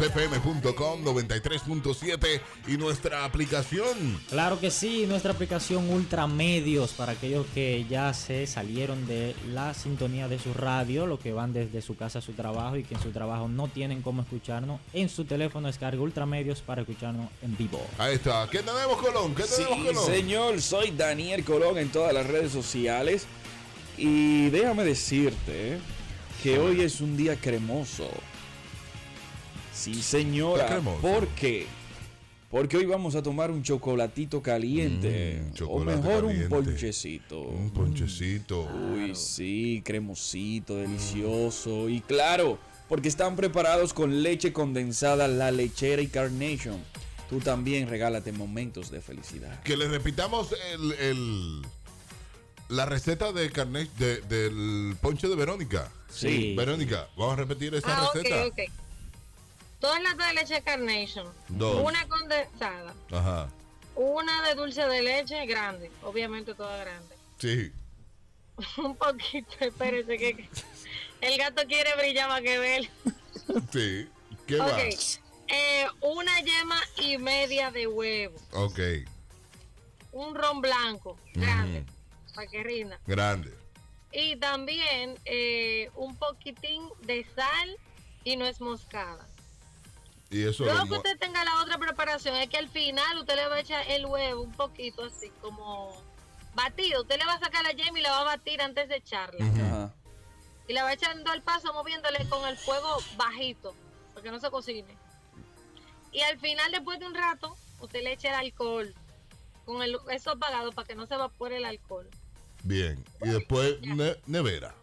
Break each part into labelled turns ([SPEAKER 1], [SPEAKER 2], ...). [SPEAKER 1] latidospm.com 93.7 y nuestra aplicación.
[SPEAKER 2] Claro que sí, nuestra aplicación Ultramedios para aquellos que ya se salieron de la sintonía de su radio, los que van desde su casa a su trabajo y que en su trabajo no tienen cómo escucharnos, en su teléfono descarga Ultramedios para escucharnos en vivo.
[SPEAKER 1] Ahí está. ¿Qué tenemos, Colón? ¿Qué
[SPEAKER 3] Sí,
[SPEAKER 1] tenemos, Colón?
[SPEAKER 3] señor, soy Daniel Colón en todas las redes sociales. Y déjame decirte que hoy es un día cremoso. Sí, señora.
[SPEAKER 1] Está cremoso.
[SPEAKER 3] ¿Por qué? Porque hoy vamos a tomar un chocolatito caliente.
[SPEAKER 1] Mm,
[SPEAKER 3] o
[SPEAKER 1] chocolate
[SPEAKER 3] mejor,
[SPEAKER 1] caliente.
[SPEAKER 3] un ponchecito.
[SPEAKER 1] Un ponchecito.
[SPEAKER 3] Uy, sí, cremosito, delicioso. Y claro, porque están preparados con leche condensada, la lechera y Carnation. Tú también regálate momentos de felicidad.
[SPEAKER 1] Que le repitamos el, el- la receta de carne, de- del ponche de Verónica.
[SPEAKER 3] Sí.
[SPEAKER 1] Verónica, vamos a repetir esa
[SPEAKER 4] Ah, ok,
[SPEAKER 1] receta.
[SPEAKER 4] ok. Dos latas de leche Carnation.
[SPEAKER 1] Dos.
[SPEAKER 4] Una condensada.
[SPEAKER 1] Ajá.
[SPEAKER 4] Una de dulce de leche grande. Obviamente toda grande.
[SPEAKER 1] Sí.
[SPEAKER 4] Un poquito, espérense que el gato quiere brillar más que ver.
[SPEAKER 1] Sí. ¿Qué
[SPEAKER 4] Ok. Eh, una yema y media de huevo.
[SPEAKER 1] va? Ok.
[SPEAKER 4] Un ron blanco grande. Para que rinda.
[SPEAKER 1] Grande.
[SPEAKER 4] Y también eh, un poquitín de sal y nuez moscada.
[SPEAKER 1] Y eso lo
[SPEAKER 4] Luego que
[SPEAKER 1] mo-
[SPEAKER 4] usted tenga la otra preparación, es que al final usted le va a echar el huevo un poquito así, como batido. Usted le va a sacar la yema y la va a batir antes de echarla.
[SPEAKER 3] Ajá.
[SPEAKER 1] Eh,
[SPEAKER 4] Y la va echando al paso, moviéndole con el fuego bajito, para que no se cocine. Y al final, después de un rato, usted le echa el alcohol, con el, eso apagado, para que no se evapore el alcohol.
[SPEAKER 1] Bien. Y después ne- nevera.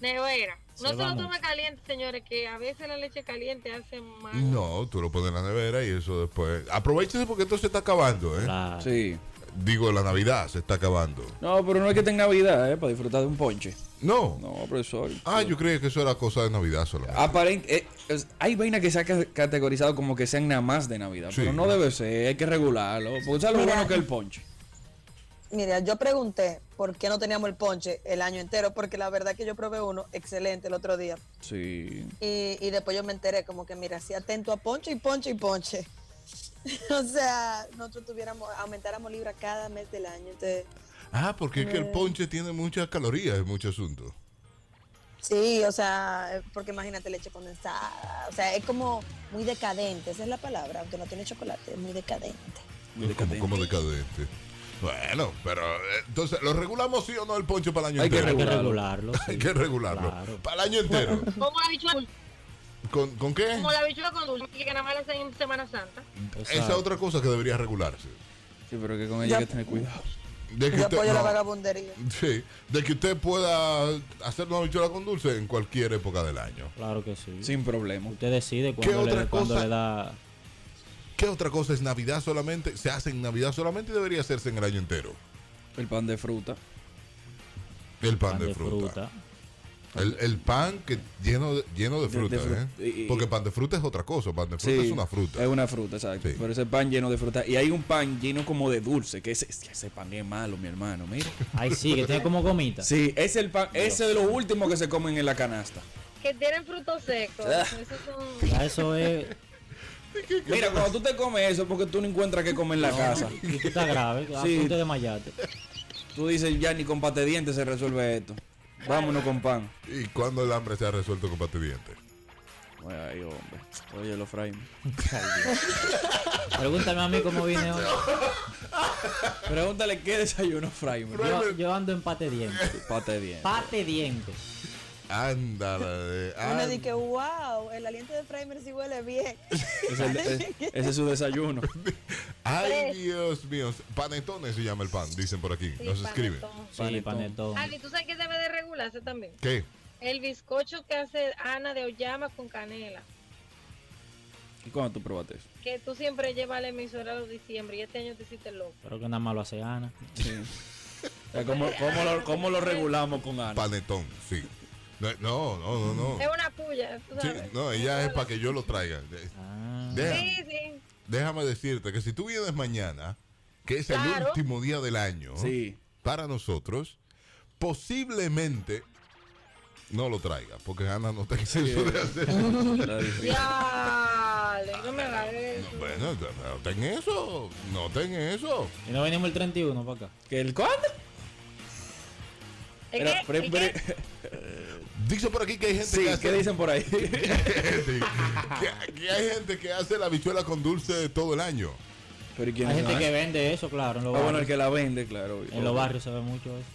[SPEAKER 4] Nevera.
[SPEAKER 2] Se
[SPEAKER 4] No se lo
[SPEAKER 2] vamos.
[SPEAKER 4] tome caliente, señores, que a veces la leche caliente hace mal.
[SPEAKER 1] No, tú lo pones en la nevera y eso después. Aprovechese porque esto se está acabando, ¿eh?
[SPEAKER 2] La-
[SPEAKER 3] Sí.
[SPEAKER 1] Digo, la Navidad se está acabando.
[SPEAKER 3] No, pero no es que tenga Navidad, ¿eh? Para disfrutar de un ponche.
[SPEAKER 1] No.
[SPEAKER 3] No, profesor.
[SPEAKER 1] Ah, yo creía que eso era cosa de Navidad solamente.
[SPEAKER 3] Aparente, eh, es- hay vainas que se ha ca- categorizado como que sean nada más de Navidad.
[SPEAKER 1] Sí.
[SPEAKER 3] Pero no debe ser, hay que regularlo. Porque sabes lo
[SPEAKER 5] Mira.
[SPEAKER 3] bueno que es el ponche.
[SPEAKER 5] Mira, yo pregunté por qué no teníamos el ponche el año entero, porque la verdad que yo probé uno excelente el otro día.
[SPEAKER 3] Sí.
[SPEAKER 5] Y, y después yo me enteré, como que mira, si atento a ponche y ponche y ponche. o sea, nosotros tuviéramos, aumentáramos libra cada mes del año. Entonces,
[SPEAKER 1] Ah, porque es que
[SPEAKER 5] Eh.
[SPEAKER 1] el ponche tiene muchas calorías en muchos asuntos.
[SPEAKER 5] sí, o sea, eh, porque imagínate leche condensada. O sea, es como muy decadente, esa es la palabra, aunque no tiene chocolate, es muy decadente.
[SPEAKER 3] Muy
[SPEAKER 1] Como,
[SPEAKER 3] decadente.
[SPEAKER 1] como decadente. Bueno, pero eh, entonces, ¿lo regulamos sí o no el ponche para el año
[SPEAKER 3] Hay que
[SPEAKER 1] entero?
[SPEAKER 2] Hay que regularlo.
[SPEAKER 3] regularlo.
[SPEAKER 1] Hay
[SPEAKER 2] sí,
[SPEAKER 1] que regularlo.
[SPEAKER 2] claro.
[SPEAKER 1] Para el año entero.
[SPEAKER 4] Como la bichuela,
[SPEAKER 1] ¿Con, con qué?
[SPEAKER 4] como la bichuela con dulce, que nada más la hacen en Semana Santa.
[SPEAKER 1] Esa es otra cosa que debería regularse.
[SPEAKER 3] Sí, pero que con ella hay que
[SPEAKER 5] Ya.
[SPEAKER 3] tener cuidado.
[SPEAKER 1] De que
[SPEAKER 5] Yo
[SPEAKER 1] usted,
[SPEAKER 5] apoyo la
[SPEAKER 1] no,
[SPEAKER 5] vagabundería.
[SPEAKER 1] sí, de que usted pueda hacer una bichuela con dulce en cualquier época del año.
[SPEAKER 2] Claro que sí.
[SPEAKER 3] Sin problema.
[SPEAKER 2] Usted decide cuándo
[SPEAKER 1] otra
[SPEAKER 2] le, cuándo
[SPEAKER 1] cosa?
[SPEAKER 2] le da.
[SPEAKER 1] ¿Qué otra cosa es Navidad solamente? Se hace en Navidad solamente y debería hacerse en el año entero.
[SPEAKER 3] El pan de fruta.
[SPEAKER 1] El pan, de fruta. El, el pan que lleno de, lleno de
[SPEAKER 3] De-
[SPEAKER 1] fruta,
[SPEAKER 3] de fru-
[SPEAKER 1] ¿eh?
[SPEAKER 3] y- y-
[SPEAKER 1] Porque pan de fruta es otra cosa. Pan de fruta
[SPEAKER 3] Sí,
[SPEAKER 1] es una fruta.
[SPEAKER 3] Es una fruta, exacto.
[SPEAKER 1] Sí.
[SPEAKER 3] Pero ese pan lleno de fruta. Y hay un pan lleno como de dulce. Que ese, ese pan es malo, mi hermano. Mira.
[SPEAKER 2] Ay, sí, que tiene como gomita.
[SPEAKER 3] Sí, es el pan. Ese es lo último que se comen en la canasta.
[SPEAKER 4] que tienen frutos secos.
[SPEAKER 3] Ah.
[SPEAKER 4] Esos son
[SPEAKER 2] Ya eso es.
[SPEAKER 3] Mira, cuando tú te comes eso, porque tú no encuentras qué comer en la casa.
[SPEAKER 2] Y tú estás grave, a
[SPEAKER 3] Sí.
[SPEAKER 2] punto de desmayarte.
[SPEAKER 3] Tú dices, ya ni con pate de dientes se resuelve esto. Vámonos con pan.
[SPEAKER 1] ¿Y cuando el hambre se ha resuelto con pate dientes?
[SPEAKER 3] Ay, hombre. Oye, lo frame.
[SPEAKER 2] Pregúntame a mí cómo vine hoy.
[SPEAKER 3] Pregúntale qué desayuno Fraimer.
[SPEAKER 2] Yo, yo ando en pate dientes.
[SPEAKER 3] Pate de dientes.
[SPEAKER 2] Pate dientes.
[SPEAKER 1] Ándale.
[SPEAKER 5] Uno
[SPEAKER 1] ándale.
[SPEAKER 5] dice, wow, el aliento de Framer sí huele bien.
[SPEAKER 3] Es el- es- ese es su desayuno.
[SPEAKER 1] Ay, Dios mío. Panetones se llama el pan, dicen por aquí. Nos escriben.
[SPEAKER 4] panetón.
[SPEAKER 2] Sí,
[SPEAKER 3] Panetón.
[SPEAKER 2] panetón.
[SPEAKER 4] Ah, y tú sabes que debe de regularse también.
[SPEAKER 1] ¿Qué?
[SPEAKER 4] El bizcocho que hace Ana de Ollama con canela.
[SPEAKER 3] ¿Y cuándo tú probaste eso?
[SPEAKER 4] Que tú siempre llevas a la emisora a los diciembre y este año te hiciste loco.
[SPEAKER 2] Creo que nada más lo hace Ana.
[SPEAKER 3] Sí. O sea, ¿Cómo, cómo lo, cómo lo regulamos con Ana?
[SPEAKER 1] Panetón, sí. No, no, no, no.
[SPEAKER 4] Es
[SPEAKER 1] no.
[SPEAKER 4] una puya, tú
[SPEAKER 1] Sí,
[SPEAKER 4] sabes.
[SPEAKER 1] no, ella es para que yo lo traiga. De-
[SPEAKER 2] Ah,
[SPEAKER 1] deja-
[SPEAKER 4] Sí, sí.
[SPEAKER 1] déjame decirte que si tú vienes mañana, que es el
[SPEAKER 4] Claro.
[SPEAKER 1] último día del año,
[SPEAKER 3] Sí.
[SPEAKER 1] para nosotros, posiblemente no lo traiga, porque Ana no está exento de hacer.
[SPEAKER 3] Está difícil.
[SPEAKER 4] Dale, no me hagas eso.
[SPEAKER 1] Bueno, noten eso, noten eso.
[SPEAKER 2] Y no venimos el 31 para acá.
[SPEAKER 3] ¿Que el cuándo?
[SPEAKER 4] ¿El
[SPEAKER 3] Era-
[SPEAKER 4] qué?
[SPEAKER 3] pre-
[SPEAKER 4] ¿El
[SPEAKER 3] pre-
[SPEAKER 4] qué?
[SPEAKER 1] Dice por aquí que hay gente
[SPEAKER 3] Sí,
[SPEAKER 1] que hace.
[SPEAKER 3] ¿qué dicen por ahí?
[SPEAKER 1] Sí, que, que hay gente que hace la bichuela con dulce todo el año.
[SPEAKER 3] Pero ¿y quiénes
[SPEAKER 2] Hay gente
[SPEAKER 3] son?
[SPEAKER 2] que vende eso, claro, en los
[SPEAKER 3] Ah, bueno, el
[SPEAKER 2] barrios.
[SPEAKER 3] que la vende, claro.
[SPEAKER 2] En los barrios se ve mucho eso.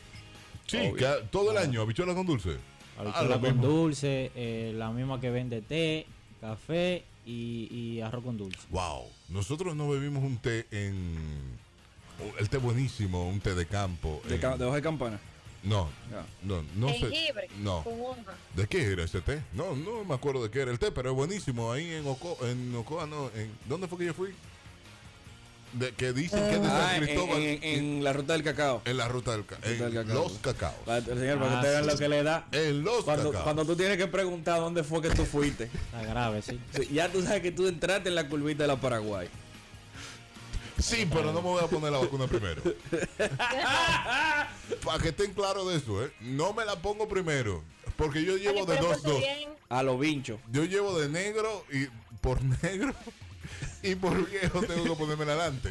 [SPEAKER 1] Sí,
[SPEAKER 3] Obvio.
[SPEAKER 1] que ha- todo el año, habichuela con dulce.
[SPEAKER 2] La
[SPEAKER 1] Ah,
[SPEAKER 2] habichuela
[SPEAKER 1] lo
[SPEAKER 2] con
[SPEAKER 1] mismo.
[SPEAKER 2] dulce, eh, la misma que vende té, café y, y arroz con dulce.
[SPEAKER 1] Wow, nosotros no bebimos un té en. oh, El té buenísimo, un té de campo.
[SPEAKER 3] De
[SPEAKER 1] en-
[SPEAKER 3] ca- de hoja de campana.
[SPEAKER 1] No,
[SPEAKER 3] Ya.
[SPEAKER 1] no, no sé.
[SPEAKER 4] Jengibre
[SPEAKER 1] No.
[SPEAKER 4] con hoja.
[SPEAKER 1] ¿De qué era ese té? No, no me acuerdo de qué era el té, pero es buenísimo. Ahí en, Oco, en Ocoa, no. En, ¿Dónde fue que yo fui? De, que dicen que es de
[SPEAKER 3] Ah,
[SPEAKER 1] San
[SPEAKER 3] en,
[SPEAKER 1] Cristóbal.
[SPEAKER 3] en- en la ruta del cacao.
[SPEAKER 1] en la ruta del, ca-
[SPEAKER 3] Ruta del
[SPEAKER 1] en
[SPEAKER 3] cacao.
[SPEAKER 1] Los cacaos.
[SPEAKER 3] Para, señor, para
[SPEAKER 2] Ah,
[SPEAKER 3] que te vean
[SPEAKER 2] sí.
[SPEAKER 3] lo que le da.
[SPEAKER 1] En los
[SPEAKER 3] Cuando,
[SPEAKER 1] cacaos.
[SPEAKER 3] cuando tú tienes que preguntar dónde fue que tú fuiste.
[SPEAKER 2] Está grave, sí.
[SPEAKER 3] Sí, Ya tú sabes que tú entraste en la curvita de la Paraguay.
[SPEAKER 1] Sí, pero no me voy a poner la vacuna primero. Para que estén claros de eso, ¿eh? No me la pongo primero. Porque yo llevo
[SPEAKER 4] Oye, pero
[SPEAKER 1] de dos,
[SPEAKER 4] pórtate
[SPEAKER 1] dos.
[SPEAKER 4] bien.
[SPEAKER 2] Ah,
[SPEAKER 3] A los vinchos.
[SPEAKER 1] Yo llevo de negro y por negro y por viejo tengo que ponerme adelante.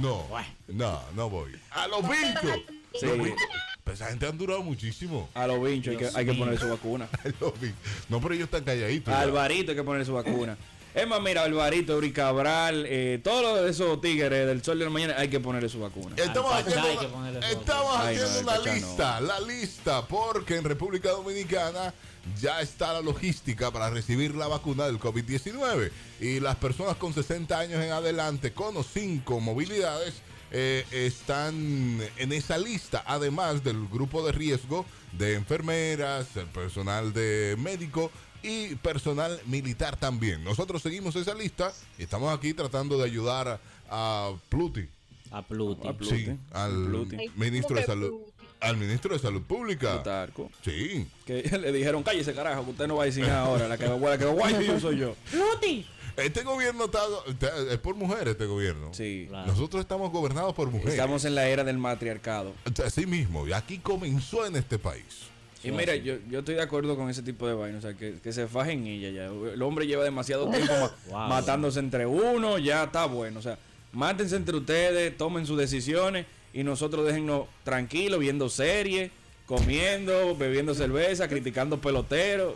[SPEAKER 1] No, no, no voy. A los bichos.
[SPEAKER 3] Sí.
[SPEAKER 1] Los bichos. Pero esa gente han durado muchísimo.
[SPEAKER 3] A los vinchos hay que,
[SPEAKER 2] Dios
[SPEAKER 3] hay que
[SPEAKER 2] mío.
[SPEAKER 3] ponerle su vacuna.
[SPEAKER 1] Los bichos. No, pero ellos están calladitos.
[SPEAKER 3] A
[SPEAKER 1] ya.
[SPEAKER 3] Alvarito hay que ponerle su vacuna. Es más, mira, Alvarito, Uri Cabral, eh, todos esos tigres del sol de la mañana hay que ponerle su vacuna.
[SPEAKER 1] Estamos
[SPEAKER 2] Al
[SPEAKER 1] haciendo,
[SPEAKER 2] Pachá hay
[SPEAKER 1] una-
[SPEAKER 2] que ponerle foto.
[SPEAKER 1] estamos
[SPEAKER 3] Ay, no,
[SPEAKER 1] haciendo
[SPEAKER 3] el
[SPEAKER 1] una
[SPEAKER 3] Pachá no.
[SPEAKER 1] lista, la lista, porque en República Dominicana ya está la logística para recibir la vacuna del COVID-19 y las personas con 60 años en adelante, con o sin comorbilidades, eh, están en esa lista, además del grupo de riesgo de enfermeras, el personal de médico y personal militar también. Nosotros seguimos esa lista y estamos aquí tratando de ayudar a, a Pluti.
[SPEAKER 2] A Pluti.
[SPEAKER 3] A Pluti.
[SPEAKER 1] Sí, al
[SPEAKER 3] Pluti.
[SPEAKER 1] ministro
[SPEAKER 4] ¿Cómo
[SPEAKER 1] de
[SPEAKER 4] que
[SPEAKER 1] salud.
[SPEAKER 4] Pluti?
[SPEAKER 1] Al ministro de salud pública.
[SPEAKER 3] Plutarco.
[SPEAKER 1] Sí.
[SPEAKER 3] Que le dijeron, cállese carajo, que usted no va a decir nada ahora. La que, la que guay yo soy yo.
[SPEAKER 2] ¡Pluti!
[SPEAKER 1] Este gobierno está, está- es por mujeres este gobierno.
[SPEAKER 3] Sí. Ah.
[SPEAKER 2] Claro.
[SPEAKER 1] Nosotros estamos gobernados por mujeres.
[SPEAKER 3] Estamos en la era del matriarcado.
[SPEAKER 1] Así mismo. Y aquí comenzó en este país.
[SPEAKER 3] Y mira, yo, yo estoy de acuerdo con ese tipo de vaina, o sea, que, que se fajen ella ya. El hombre lleva demasiado tiempo ma-
[SPEAKER 2] Wow.
[SPEAKER 3] matándose entre uno, ya está bueno, o sea, mátense entre ustedes, tomen sus decisiones y nosotros déjennos tranquilos viendo series, comiendo, bebiendo cerveza, criticando peloteros,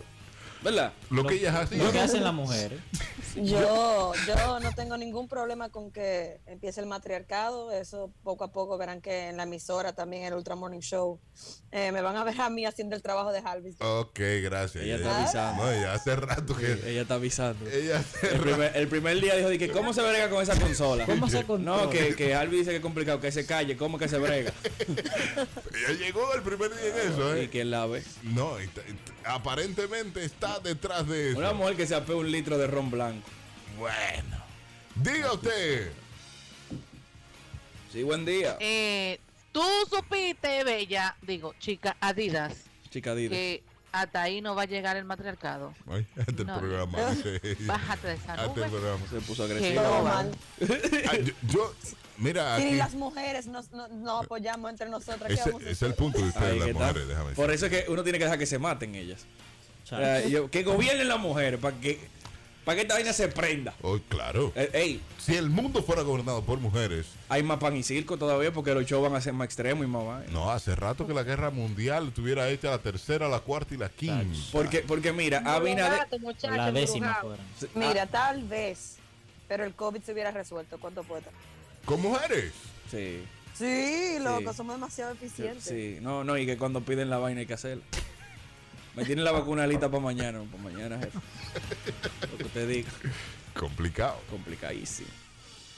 [SPEAKER 3] ¿verdad?
[SPEAKER 1] Lo, que ellas
[SPEAKER 2] Lo
[SPEAKER 1] hacían.
[SPEAKER 2] que hacen las mujeres.
[SPEAKER 5] Yo, yo no tengo ningún problema con que empiece el matriarcado. Eso poco a poco verán que en la emisora, también en el Ultra Morning Show, eh, me van a ver a mí haciendo el trabajo de Jarvis.
[SPEAKER 1] Ok, gracias.
[SPEAKER 3] Ella está avisando.
[SPEAKER 1] No, ella hace rato que.
[SPEAKER 3] Ella está avisando.
[SPEAKER 1] Ella hace
[SPEAKER 3] El primer, el primer día dijo, de que ¿cómo se brega con esa consola?
[SPEAKER 2] ¿Cómo se controla?
[SPEAKER 3] No, que, que Harvey dice que es complicado, que se calle, ¿cómo que se brega?
[SPEAKER 1] Ella llegó el primer día en eso,
[SPEAKER 3] y
[SPEAKER 1] ¿eh?
[SPEAKER 3] que la ve.
[SPEAKER 1] No, y t- y t- aparentemente está detrás de eso.
[SPEAKER 3] Una mujer que se apea un litro de ron blanco.
[SPEAKER 1] Bueno. Diga usted.
[SPEAKER 3] Sí, buen día.
[SPEAKER 6] Eh, Tú supiste, bella, digo, chica Adidas,
[SPEAKER 3] Chica Dida.
[SPEAKER 6] que hasta ahí no va a llegar el matriarcado.
[SPEAKER 1] Ay, hasta el
[SPEAKER 6] No.
[SPEAKER 1] programa.
[SPEAKER 6] Bájate de esa
[SPEAKER 1] Hasta el
[SPEAKER 6] nube.
[SPEAKER 1] programa.
[SPEAKER 3] Se puso
[SPEAKER 6] Que
[SPEAKER 3] agresivo.
[SPEAKER 5] Todo
[SPEAKER 6] no va.
[SPEAKER 5] mal.
[SPEAKER 1] Ah, yo, yo- mira,
[SPEAKER 5] Y ni
[SPEAKER 1] aquí,
[SPEAKER 5] las mujeres nos, no, no apoyamos entre nosotras. ¿qué
[SPEAKER 1] ese
[SPEAKER 5] vamos a
[SPEAKER 1] ese es
[SPEAKER 5] hacer?
[SPEAKER 1] el punto de ustedes,
[SPEAKER 3] Ahí
[SPEAKER 1] las
[SPEAKER 3] que está.
[SPEAKER 1] mujeres, déjame
[SPEAKER 3] Por
[SPEAKER 1] decir.
[SPEAKER 3] eso es que uno tiene que dejar que se maten ellas.
[SPEAKER 2] Chacho.
[SPEAKER 3] Eh, yo- que gobiernen las mujeres para que, para que esta vaina se prenda.
[SPEAKER 1] Oh, claro.
[SPEAKER 3] Eh, ey,
[SPEAKER 1] Si el mundo fuera gobernado por mujeres,
[SPEAKER 3] hay más pan y circo todavía porque los shows van a ser más extremos y más vaina.
[SPEAKER 1] no, hace rato que la guerra mundial estuviera hecha la tercera, la cuarta y la quinta.
[SPEAKER 3] Porque, porque mira, Abinader.
[SPEAKER 4] Embrujado, muchacho,
[SPEAKER 2] la décima
[SPEAKER 4] embrujado.
[SPEAKER 2] fueron.
[SPEAKER 1] ah.
[SPEAKER 5] Mira, tal vez, pero el COVID se hubiera resuelto. ¿Cuánto puede?
[SPEAKER 1] ¿Con mujeres?
[SPEAKER 3] ah, Sí,
[SPEAKER 5] Sí, loco, somos demasiado eficientes.
[SPEAKER 3] sí. No, no, y que cuando piden la vaina hay que hacerla. Me tienen la vacuna lista para mañana. Para mañana, jefe. Lo que usted diga.
[SPEAKER 1] Complicado.
[SPEAKER 3] Complicadísimo.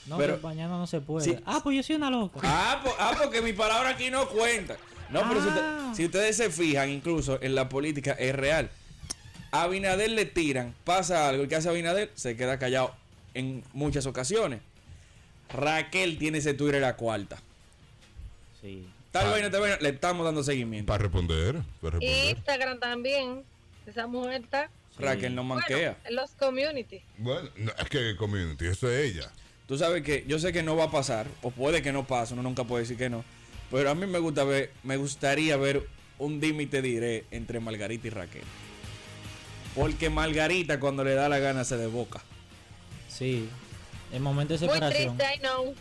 [SPEAKER 2] No,
[SPEAKER 3] Pero-
[SPEAKER 2] pero mañana no se puede.
[SPEAKER 3] Sí.
[SPEAKER 2] Ah, pues yo soy una loca.
[SPEAKER 3] Ah, po- ah, porque mi palabra aquí no cuenta. No, pero si, usted-
[SPEAKER 2] Ah.
[SPEAKER 3] si ustedes se fijan, incluso en la política es real. A Abinader le tiran, pasa algo, el que hace Abinader se queda callado en muchas ocasiones. Raquel tiene ese Twitter la cuarta.
[SPEAKER 2] Sí.
[SPEAKER 3] Tal
[SPEAKER 1] Ah.
[SPEAKER 3] vaina, tal vaina, le estamos dando seguimiento.
[SPEAKER 1] Para responder, para responder.
[SPEAKER 4] Y
[SPEAKER 5] Eh.
[SPEAKER 4] Instagram también. Esa mujer está.
[SPEAKER 2] sí.
[SPEAKER 3] Raquel no manquea.
[SPEAKER 4] Bueno, en los community.
[SPEAKER 1] Bueno, no, es que community, eso es ella.
[SPEAKER 3] Tú sabes que yo sé que no va a pasar, o puede que no pase, uno nunca puede decir que no. Pero a mí me gusta ver, me gustaría ver un dime y te diré entre Margarita y Raquel. Porque Margarita cuando le da la gana se desboca.
[SPEAKER 2] Sí. En momento de
[SPEAKER 4] Muy
[SPEAKER 2] separación.
[SPEAKER 4] triste, I know.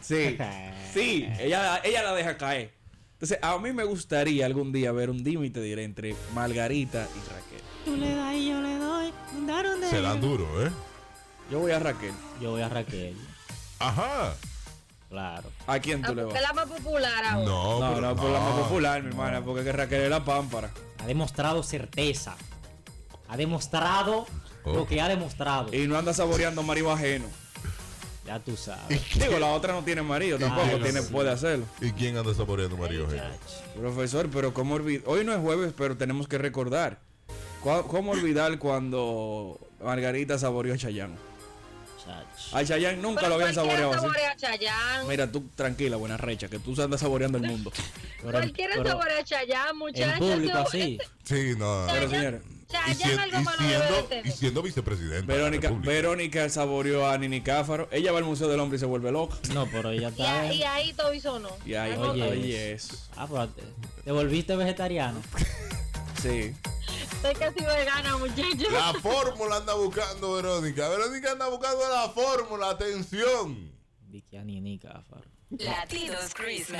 [SPEAKER 3] Sí, sí, ella, ella la deja caer. Entonces, a mí me gustaría algún día ver un dime y te diré entre Margarita y Raquel.
[SPEAKER 7] Tú le das y yo le doy. Mandaron de
[SPEAKER 1] Se dan duro, ¿eh?
[SPEAKER 3] Yo voy a Raquel.
[SPEAKER 2] Yo voy a Raquel.
[SPEAKER 1] Ajá.
[SPEAKER 2] Claro.
[SPEAKER 3] ¿A quién tú
[SPEAKER 4] Ah,
[SPEAKER 3] le
[SPEAKER 4] porque
[SPEAKER 3] vas?
[SPEAKER 4] es la más popular
[SPEAKER 5] Ah,
[SPEAKER 4] ahora.
[SPEAKER 1] No,
[SPEAKER 3] No,
[SPEAKER 1] pero
[SPEAKER 3] no, por la más
[SPEAKER 1] no.
[SPEAKER 3] popular, mi hermana, porque es que Raquel es la pámpara.
[SPEAKER 2] Ha demostrado certeza. Ha demostrado
[SPEAKER 1] Oh.
[SPEAKER 2] lo que ha demostrado.
[SPEAKER 3] Y no anda saboreando marido ajeno.
[SPEAKER 2] Ya tú sabes.
[SPEAKER 3] Digo, la otra no tiene marido, tampoco
[SPEAKER 1] quién
[SPEAKER 3] tiene,
[SPEAKER 1] hace?
[SPEAKER 3] puede hacerlo.
[SPEAKER 1] ¿Y quién anda saboreando Mario Ojeda?
[SPEAKER 3] Profesor, pero ¿cómo olvidar? Hoy no es jueves, pero tenemos que recordar. Cu- ¿Cómo olvidar cuando Margarita saboreó a Chayanne?
[SPEAKER 2] Chach.
[SPEAKER 3] A Chayanne nunca
[SPEAKER 4] Pero
[SPEAKER 3] lo habían
[SPEAKER 4] cualquiera
[SPEAKER 3] saboreado así.
[SPEAKER 4] saborea a Chayanne.
[SPEAKER 3] Mira, tú tranquila, buena recha, que tú andas saboreando el mundo.
[SPEAKER 2] Pero-
[SPEAKER 4] cualquiera
[SPEAKER 2] pero
[SPEAKER 4] saborea a Chayanne,
[SPEAKER 2] en
[SPEAKER 4] muchachos.
[SPEAKER 2] público así.
[SPEAKER 1] Sí, no. no.
[SPEAKER 3] Pero señores,
[SPEAKER 1] Y,
[SPEAKER 4] Chayanne
[SPEAKER 1] sien-
[SPEAKER 4] algo
[SPEAKER 1] y
[SPEAKER 4] malo debe de
[SPEAKER 1] siendo,
[SPEAKER 4] tener.
[SPEAKER 1] y siendo vicepresidenta. de la
[SPEAKER 3] Verónica,
[SPEAKER 1] República.
[SPEAKER 3] Verónica saboreó a Nini Cáfaro. Ella va al Museo del Hombre y se vuelve loca.
[SPEAKER 2] No, pero ella
[SPEAKER 4] Y, a-
[SPEAKER 2] está.
[SPEAKER 4] y ahí todo hizo no.
[SPEAKER 3] Y ahí,
[SPEAKER 2] Oye.
[SPEAKER 3] oye, eso.
[SPEAKER 2] Ah, pero te, te volviste vegetariano.
[SPEAKER 3] Sí.
[SPEAKER 4] Estoy casi vegana, muchachos.
[SPEAKER 1] La fórmula anda buscando Verónica. Verónica anda buscando la fórmula. Atención.
[SPEAKER 2] Di que a Nini, Cáfaro.
[SPEAKER 8] Latidos Christmas.